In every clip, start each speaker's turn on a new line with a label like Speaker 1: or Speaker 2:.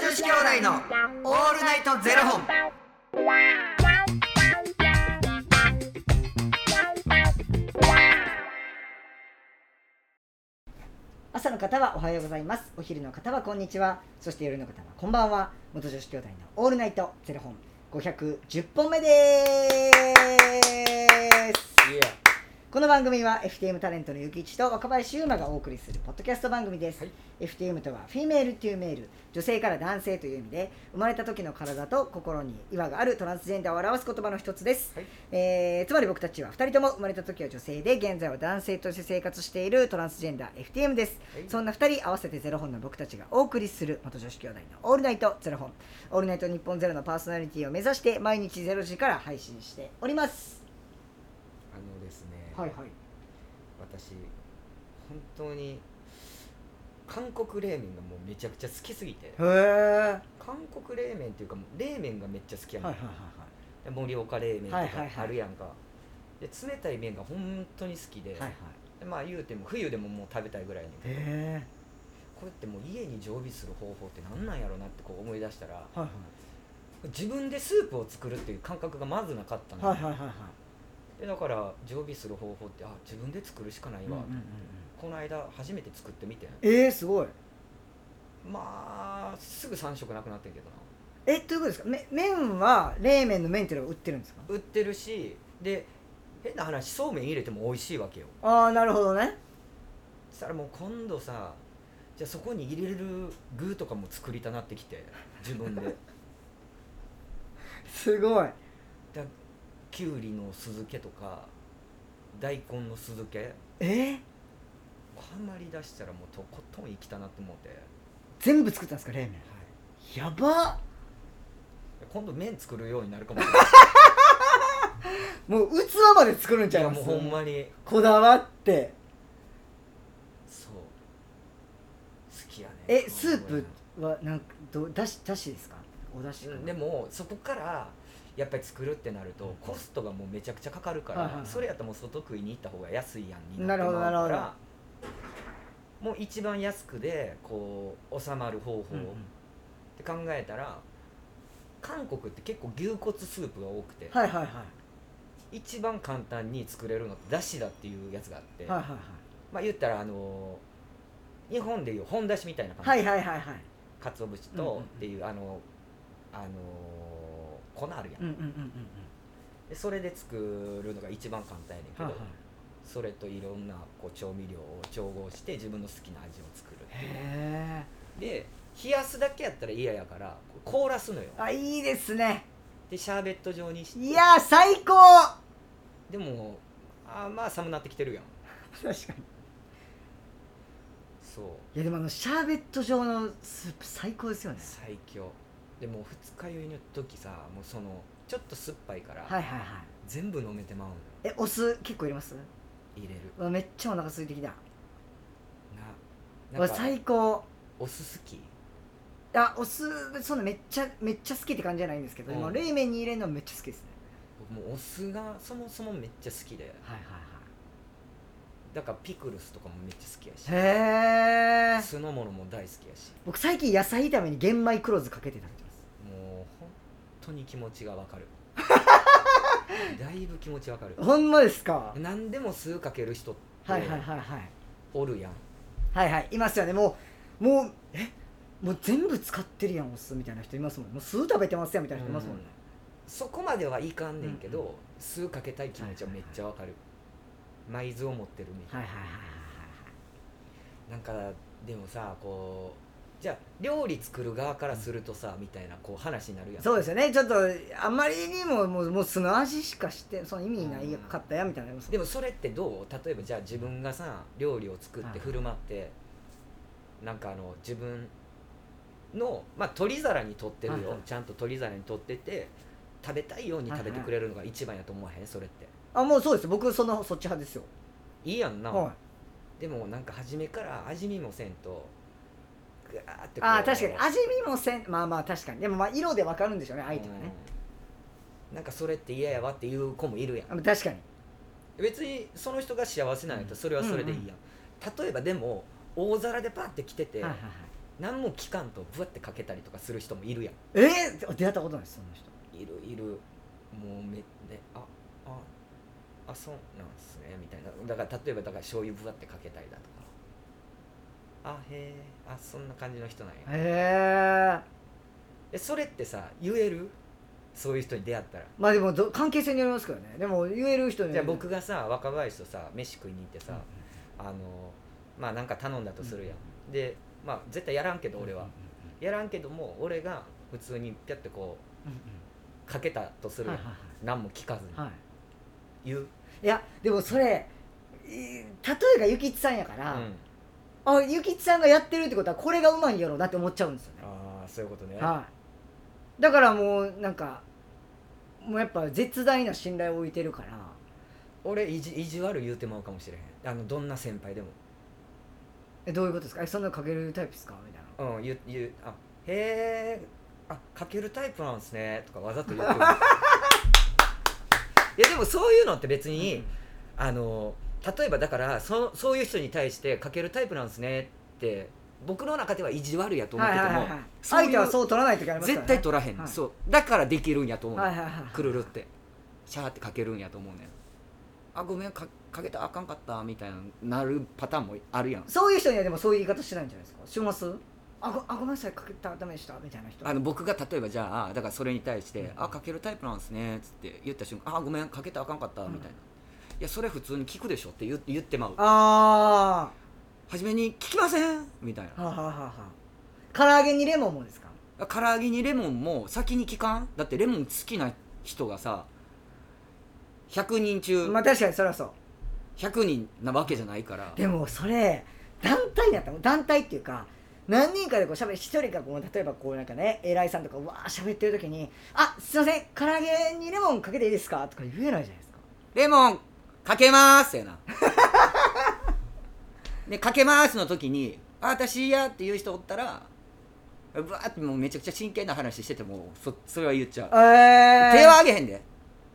Speaker 1: 子兄弟のオールナイトゼロ本。
Speaker 2: 朝の方はおはようございますお昼の方はこんにちはそして夜の方はこんばんは元女子兄弟のオールナイトゼロ本510本目です
Speaker 3: いや、
Speaker 2: この番組は FTM タレントのゆきいちと若林優馬がお送りするポッドキャスト番組です、
Speaker 3: はい
Speaker 2: FTM とはフィメールというメール女性から男性という意味で生まれた時の体と心に違和があるトランスジェンダーを表す言葉の一つです、
Speaker 3: はい
Speaker 2: えーつまり僕たちは2人とも生まれた時は女性で現在は男性として生活しているトランスジェンダー FTM です、
Speaker 3: はい
Speaker 2: そんな2人合わせてゼロ本の僕たちがお送りする元女子兄弟の「オールナイトゼロ本」「オールナイト日本ゼロのパーソナリティを目指して毎日ゼロ時から配信しております
Speaker 3: あのですね、
Speaker 2: はいはい
Speaker 3: 私本当に韓国冷麺がもうめちゃくちゃ好きすぎて
Speaker 2: へえはい
Speaker 3: 韓国冷麺っていうかもう冷麺がめっちゃ好きやん、
Speaker 2: はいはい
Speaker 3: で盛岡冷麺とか
Speaker 2: はいはいはい
Speaker 3: あるやんか、で冷たい麺が本当に好きで,、
Speaker 2: はいはい
Speaker 3: でまあ言うても冬でももう食べたいぐらいやねんけど
Speaker 2: へ
Speaker 3: これってもう家に常備する方法って何なんやろうなってこう思い出したら
Speaker 2: えはい
Speaker 3: 自分でスープを作るっていう感覚がまずなかったのよ、
Speaker 2: はいはいはいはいはい
Speaker 3: でだから常備する方法ってあ自分で作るしかないわ、
Speaker 2: うんうんうんうん
Speaker 3: この間初めて作ってみてん
Speaker 2: えー、すごい
Speaker 3: まあすぐ3食なくなってんけどな
Speaker 2: えということですかめ麺は冷麺の麺っていうのが売ってるんですか
Speaker 3: 売ってるしで変な話そうめん入れても美味しいわけよ
Speaker 2: ああなるほどね
Speaker 3: そしたらもう今度さじゃあそこに入れる具とかも作りたなってきて自分で
Speaker 2: すごい
Speaker 3: だきゅうりの酢漬けとか大根の酢漬け
Speaker 2: えー、
Speaker 3: あんまり出したらもうとことんいきたなって思って、はい、
Speaker 2: 全部作ったんですか冷麺やばっ
Speaker 3: 今度麺作るようになるかもしれ
Speaker 2: もう器まで作る んちゃい
Speaker 3: な
Speaker 2: ま
Speaker 3: いいや
Speaker 2: す
Speaker 3: もうほんまに
Speaker 2: こだわって
Speaker 3: そう好きやね
Speaker 2: えスープはなんかどだしだしですかおだしかな
Speaker 3: うんでもそこからやっぱり作るってなるとコストがもうめちゃくちゃかかるから、
Speaker 2: はいはいはい
Speaker 3: それやったらもう外食いに行った方が安いやんに
Speaker 2: なるほどなるほど
Speaker 3: もう一番安くでこう収まる方法っ
Speaker 2: うんうん
Speaker 3: て考えたら、韓国って結構牛骨スープが多くて、
Speaker 2: はいはいは
Speaker 3: 一番簡単に作れるのってだしだっていうやつがあって、
Speaker 2: いはいはい
Speaker 3: まあ言ったらあのー日本でいう本だしみたいな感じ、
Speaker 2: はいはいはいはいはい
Speaker 3: 鰹節
Speaker 2: うんうんうん
Speaker 3: とっていう、あのあのー粉あるやん
Speaker 2: うんうんうんうんうん
Speaker 3: でそれで作るのが一番簡単やねんけど、
Speaker 2: はいはい
Speaker 3: それといろんなこう調味料を調合して自分の好きな味を作る
Speaker 2: へえ
Speaker 3: で冷やすだけやったら嫌やからこう凍らすのよ
Speaker 2: あいいですね
Speaker 3: でシャーベット状にして
Speaker 2: いやー最高
Speaker 3: でもあーまあ寒なってきてるやん
Speaker 2: 確かに
Speaker 3: そう
Speaker 2: いやでもあのシャーベット状のスープ最高ですよね
Speaker 3: 最強でもう二日酔いの時さもうそのちょっと酸っぱいから、
Speaker 2: はいはいはい
Speaker 3: 全部飲めてまうのよ
Speaker 2: えお酢結構入れます
Speaker 3: 入れる
Speaker 2: うわめっちゃお腹空いてきた
Speaker 3: な
Speaker 2: う
Speaker 3: な
Speaker 2: わ
Speaker 3: んか
Speaker 2: 最高
Speaker 3: お酢好き
Speaker 2: あお酢そんなめっちゃめっちゃ好きって感じじゃないんですけど、
Speaker 3: うん
Speaker 2: でも冷麺に入れるのめっちゃ好きですね
Speaker 3: 僕もうお酢がそもそもめっちゃ好きで
Speaker 2: はいはいはい
Speaker 3: だからピクルスとかもめっちゃ好きやし
Speaker 2: へえ
Speaker 3: 酢の物も大好きやし
Speaker 2: 僕最近野菜炒めに玄米黒酢かけて食べてます
Speaker 3: もう本当に気持ちがわ かるだいぶ気持ちわかる
Speaker 2: ほんまですか
Speaker 3: 何でも酢かける人って
Speaker 2: はいはいはいはい
Speaker 3: おるやん、
Speaker 2: はいはいいますよねもうもうえもう全部使ってるやんお酢みたいな人いますもんもう酢食べてますやんみたいな人いますもんね、
Speaker 3: そこまではいかんねんけど、
Speaker 2: うん
Speaker 3: 酢かけたい気持ちはめっちゃわかる、マイズを持ってるみたいな、
Speaker 2: はいはいはいはい
Speaker 3: なんかでもさこうじゃあ料理作る側からするとさ、みたいなこう話になるやん
Speaker 2: そうですよねちょっとあまりにももうもう酢の味しかしてその意味ないかったやみたいな
Speaker 3: で
Speaker 2: も
Speaker 3: もそれってどう例えばじゃあ自分がさ料理を作っ
Speaker 2: はい
Speaker 3: て振る舞って、なんかあの自分の、まあ、取り皿に取ってるよ、
Speaker 2: はいはい
Speaker 3: ちゃんと取り皿に取ってて食べたいように食べてくれるのが一番やと思わへんそれって
Speaker 2: あもうそうです僕そのそっち派ですよ
Speaker 3: いいやんな、
Speaker 2: は
Speaker 3: でもなんか初めから味見もせんとグワーって
Speaker 2: いあー確かに味見もせんまあまあ確かにでもまあ色でわかるんでしょうね相手はね、
Speaker 3: うんなんかそれって嫌やわっていう子もいるやん
Speaker 2: あ確かに
Speaker 3: 別にその人が幸せなんやったらそれはそれでいいやん、例えばでも大皿でパッて来てて、
Speaker 2: はいはい
Speaker 3: 何も期間とぶわってかけたりとかする人もいるやん
Speaker 2: えー、出会ったことないですそんな人
Speaker 3: いるいるもうめねあああそうなんすねみたいなだから例えばだから醤油ぶわってかけたりだとかあへえあそんな感じの人なんや
Speaker 2: へえ
Speaker 3: えそれってさ言えるそういう人に出会ったら
Speaker 2: まあでもど関係性によりますからねでも言える人に
Speaker 3: じゃあ
Speaker 2: が
Speaker 3: 僕がさ若林とさ飯食いに行ってさ、
Speaker 2: さ
Speaker 3: あのまあなんか頼んだとするやん、でまあ絶対やらんけど俺は、やらんけども俺が普通にピャってこうかけたとする
Speaker 2: は
Speaker 3: や
Speaker 2: い
Speaker 3: ん、
Speaker 2: は
Speaker 3: 何も聞かずに
Speaker 2: いはい
Speaker 3: 言う、
Speaker 2: いやでもそれい例えがゆきちさんやから、
Speaker 3: うん
Speaker 2: あゆきちさんがやってるってことはこれがうまいんやろうなって思っちゃうんですよね
Speaker 3: ああそういうことね
Speaker 2: はい、だからもうなんかもうやっぱ絶大な信頼を置いてるから
Speaker 3: 俺意地意地悪言うてまうかもしれへんあのどんな先輩でも
Speaker 2: えどういうことですかえそんなのかけるタイプですかみたいな
Speaker 3: うん言う言うあへえあかけるタイプなんですねとかわざと言 うてくるいやでもそういうのって別に、あの例えばだからそそういう人に対してかけるタイプなんですねって僕の中では意地悪やと思ってても、
Speaker 2: はいはいはいはい
Speaker 3: そういう
Speaker 2: 相手はそう取らない時ありますから、
Speaker 3: 絶
Speaker 2: ね、
Speaker 3: 対取らへん、
Speaker 2: はい
Speaker 3: そうだからできるんやと思う、
Speaker 2: はいはいはい
Speaker 3: くるるってシャーってかけるんやと思うねんあごめんかかけたらあかんかったみたいななるパターンもあるやん
Speaker 2: そういう人にはでもそういう言い方しないんじゃないですかしますあごあごめんなさいかけたらダメでしたみたいな人
Speaker 3: あの僕が例えばじゃあだからそれに対して
Speaker 2: うん
Speaker 3: 「あかけるタイプなんですね」っつって言った瞬間「あごめんかけたらあかんかった」みたいな「いやそれ普通に聞くでしょ」って言言ってまう
Speaker 2: あ
Speaker 3: 初めに「聞きません」みたいな
Speaker 2: ーはあはあはあはあ唐揚げにレモンもですか
Speaker 3: 唐揚げにレモンも先に聞かんだってレモン好きな人がさ100人中
Speaker 2: まあ確かにそれはそう
Speaker 3: 100人なわけじゃないから
Speaker 2: でもそれ団体だったの団体っていうか何人かでこう喋る一人がこう例えばこうなんかね偉いさんとかうわー喋ってる時に「あすいません唐揚げにレモンかけていいですか?」とか言えないじゃないですか
Speaker 3: レモンかけますやな でかけますの時に「あ私や」って言う人おったらぶわーってもうめちゃくちゃ真剣な話しててもそそれは言っちゃ
Speaker 2: え
Speaker 3: う手は挙げへんで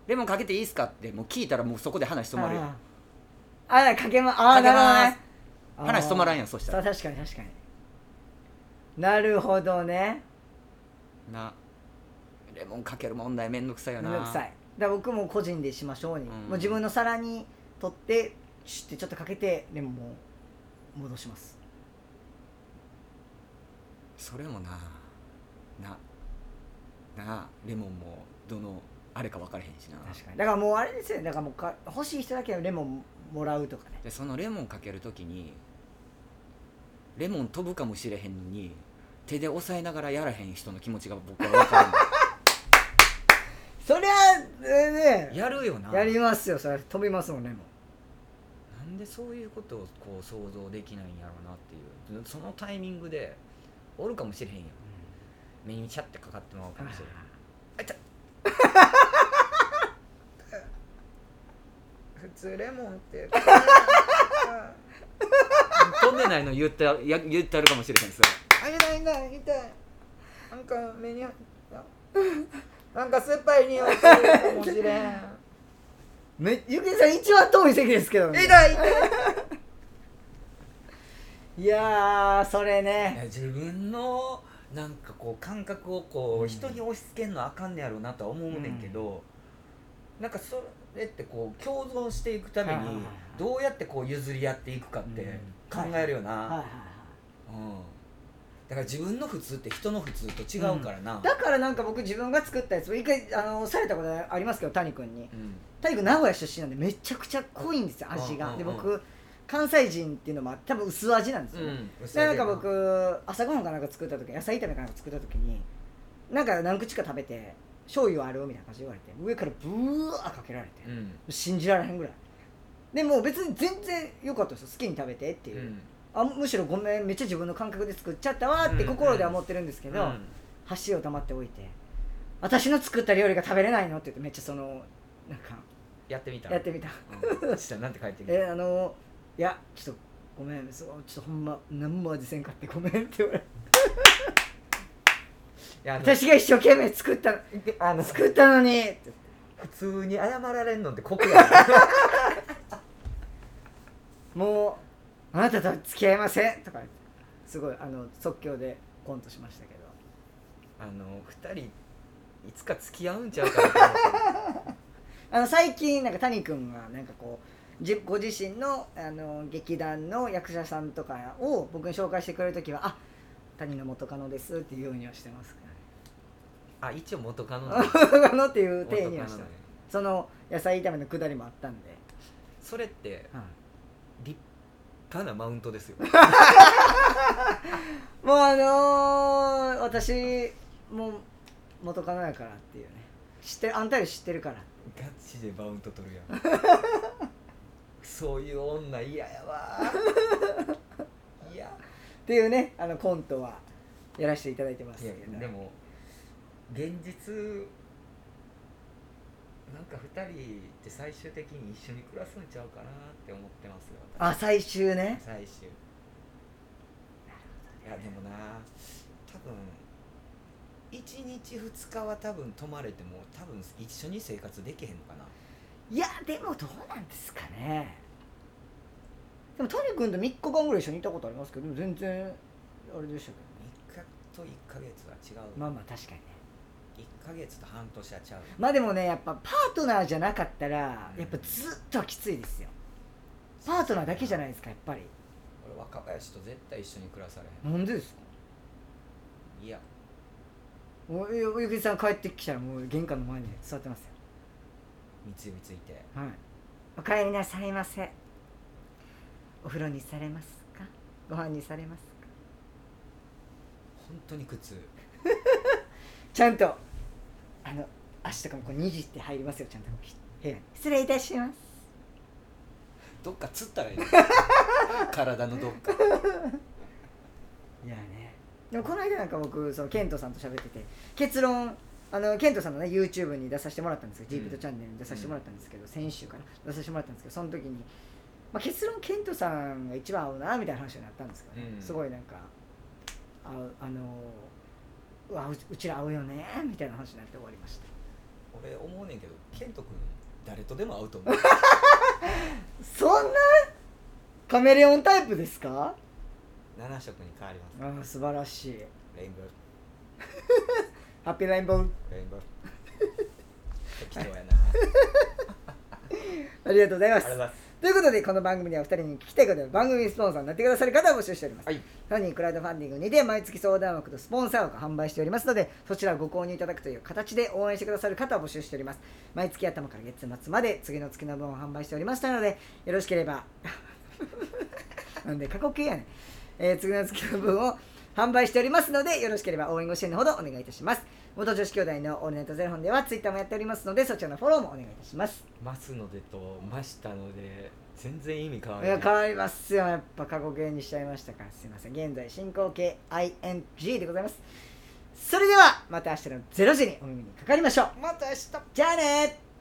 Speaker 3: レモンかけていいっすかってもう聞いたらもうそこで話止まるよ
Speaker 2: あーあかけまあー
Speaker 3: かけ
Speaker 2: なるほど
Speaker 3: まーす
Speaker 2: ね
Speaker 3: 話止まらん
Speaker 2: や
Speaker 3: やんそしたら
Speaker 2: 確かに確かになるほどね
Speaker 3: なレモンかける問題めんどくさい
Speaker 2: め
Speaker 3: よ
Speaker 2: ん
Speaker 3: な
Speaker 2: どくさいだから僕も個人でしましょうに、
Speaker 3: うん
Speaker 2: もう自分の皿に取ってシュッてちょっとかけてレモンを戻します
Speaker 3: それもなななあレモンもどのあれか分からへんしな
Speaker 2: 確かにだからもうあれですよねだからもうか欲しい人だけレモンもらうとかね
Speaker 3: でそのレモンかけるときにレモン飛ぶかもしれへんのに手で押さえながらやらへん人の気持ちが僕は分か
Speaker 2: そりゃ、えー
Speaker 3: る
Speaker 2: ね
Speaker 3: やるよな
Speaker 2: やりますよそれ飛びますもんレモン
Speaker 3: なんでそういうことをこう想像できないんやろうなっていうそのタイミングでおるかもしれへんやん目にシャってかかってまうかもしれへん普通レモンって 飛んでないの言ってや言ってあるかもしれへんそれ
Speaker 1: あれないな痛いなんか目にあなんか酸っぱい匂いするかもしれん
Speaker 2: めゆきさん一番遠い席ですけどね
Speaker 1: 痛い痛い
Speaker 2: いやーそれ
Speaker 3: いや
Speaker 2: ね
Speaker 3: 自分のなんかこう感覚をこう、
Speaker 2: うん
Speaker 3: 人に押し付けんのあかんねやろうなとは思うねんけど、なんかそれってこう共存していくために
Speaker 2: はいはいはいはい
Speaker 3: どうやってこう譲り合っていくかって
Speaker 2: うん
Speaker 3: 考えるよな、
Speaker 2: はいはいはい
Speaker 3: うん、だから自分の普通って人の普通と違うからな、
Speaker 2: だからなんか僕自分が作ったやつも一回あのされたことありますけど谷君に
Speaker 3: うん
Speaker 2: 谷君名古屋出身なんでめちゃくちゃ濃いんですよ味
Speaker 3: うん
Speaker 2: が
Speaker 3: うん
Speaker 2: で
Speaker 3: うん
Speaker 2: 僕関西人っていうのもあって多分薄味なんですよね、でなんか僕朝ごはんかなんか作った時野菜炒めかなんか作った時になんか何口か食べて醤油あるみたいな感じで言われて上からブワーかけられて、
Speaker 3: うん
Speaker 2: 信じられへんぐらいでもう別に全然良かったですよ好きに食べてって
Speaker 3: う
Speaker 2: いう、
Speaker 3: ん
Speaker 2: あむしろごめんめっちゃ自分の感覚で作っちゃったわって心では思ってるんですけど、
Speaker 3: うん
Speaker 2: 箸を黙っておいて私の作った料理が食べれないのって言ってめっちゃそのなんか
Speaker 3: やってみた
Speaker 2: やってみた
Speaker 3: うんしたらなんて書いてみた
Speaker 2: えあのいやちょっとごめんそうちょっとほんま何も味せんかってごめんって言われて
Speaker 3: いやあの
Speaker 2: 私が一生懸命作った
Speaker 3: あの
Speaker 2: 作ったのにって
Speaker 3: 普通に謝られんのって酷やな
Speaker 2: もうあなたとは付き合いませんとか言ってすごいあの即興でコントしましたけど
Speaker 3: あの2人いつか付き合うんちゃうかなと思 って
Speaker 2: あの最近なんか谷君がなんかこうじご自身のあの劇団の役者さんとかを僕に紹介してくれる時は「あ谷の元カノです」っていうようにはしてます
Speaker 3: るあ一応元カノなの
Speaker 2: 元カノっていう
Speaker 3: 元カ
Speaker 2: 体
Speaker 3: ノ
Speaker 2: に
Speaker 3: な
Speaker 2: は
Speaker 3: の
Speaker 2: した
Speaker 3: ね
Speaker 2: その野菜炒めのくだりもあったんで、
Speaker 3: それって立派なマウントですよ
Speaker 2: もうあのー私もう元カノやからっていうね知ってるあんたより知ってるから
Speaker 3: ガチでマウント取るやんそういう女嫌やわいや
Speaker 2: っていうねあのコントはやらせていただいてます
Speaker 3: い
Speaker 2: け
Speaker 3: や
Speaker 2: ど
Speaker 3: でも現実なんか2人って最終的に一緒に暮らすんちゃうかなって思ってますよ私
Speaker 2: あ最終ね
Speaker 3: 最終いやでもな多分1日2日は多分泊まれても多分一緒に生活できへんのかない
Speaker 2: やでもどうなんですかねでも谷君と3日間ぐらい一緒にいたことありますけどでも全然あれでしたけ
Speaker 3: 3日と1ヶ月は違う、
Speaker 2: どまあまあ確かにね
Speaker 3: 1ヶ月と半年はちゃう
Speaker 2: まあでもねやっぱパートナーじゃなかったら
Speaker 3: うん
Speaker 2: やっぱずっときついですよパートナーだけじゃないですかやっぱり
Speaker 3: 俺若林と絶対一緒に暮らされへ
Speaker 2: なんでですか
Speaker 3: んいや
Speaker 2: おゆゆきりさん帰ってきたらもう玄関の前に座ってますよ
Speaker 3: 三つ指ついて
Speaker 2: はいおかえりなさいませお風呂にされますかご飯にされますか
Speaker 3: 本当に苦痛
Speaker 2: ちゃんとあの足とかもこう握って入りますよちゃんとこう部屋に失礼いたします
Speaker 3: どっかつった らいいの体のどっか
Speaker 2: いやねでもこの間なんか僕そのケントさんと喋ってて結論あのケントさんのね YouTube に出させてもらったんですけど、
Speaker 3: うん
Speaker 2: ジープトチャンネルに出させてもらったんですけど、先週から出させてもらったんですけどその時に、まあ、結論ケントさんが一番合うなみたいな話になったんですけど、ね
Speaker 3: うん
Speaker 2: すごいなんかああのうわううちら合うよねみたいな話になって終わりました
Speaker 3: 俺思うねんけど健人君誰とでも会うと思う
Speaker 2: そんなカメレオンタイプですか
Speaker 3: 7色に変わりま
Speaker 2: あー素晴らしい
Speaker 3: すレインボー
Speaker 2: ハッピーラインボー
Speaker 3: レインボー 適当やな
Speaker 2: ありがとうござい
Speaker 3: あ
Speaker 2: ま
Speaker 3: りが
Speaker 2: す
Speaker 3: とうございます
Speaker 2: ということでこの番組では2人に聞きたいことや番組スポンサーになってくださる方を募集しております、
Speaker 3: はい
Speaker 2: さらにクラウドファンディングにて毎月相談枠とスポンサー枠を販売しておりますのでそちらをご購入いただくという形で応援してくださる方を募集しております毎月頭から月末まで次の月の分を販売しておりましたのでよろしければ なんで過去形やねん、えー次の月の分を販売しておりますのでよろしければ応援ご支援のほどお願いいたします元女子兄弟のオールナイトゼロ本ではツイッターもやっておりますのでそちらのフォローもお願いいたします
Speaker 3: ますのでとましたので全然意味変わ
Speaker 2: い
Speaker 3: ら
Speaker 2: や
Speaker 3: ない
Speaker 2: 変わりますよやっぱ過去形にしちゃいましたからすいません現在進行形 ING でございますそれではまた明日の0時にお耳にかかりましょう
Speaker 1: また明日
Speaker 2: じゃあねー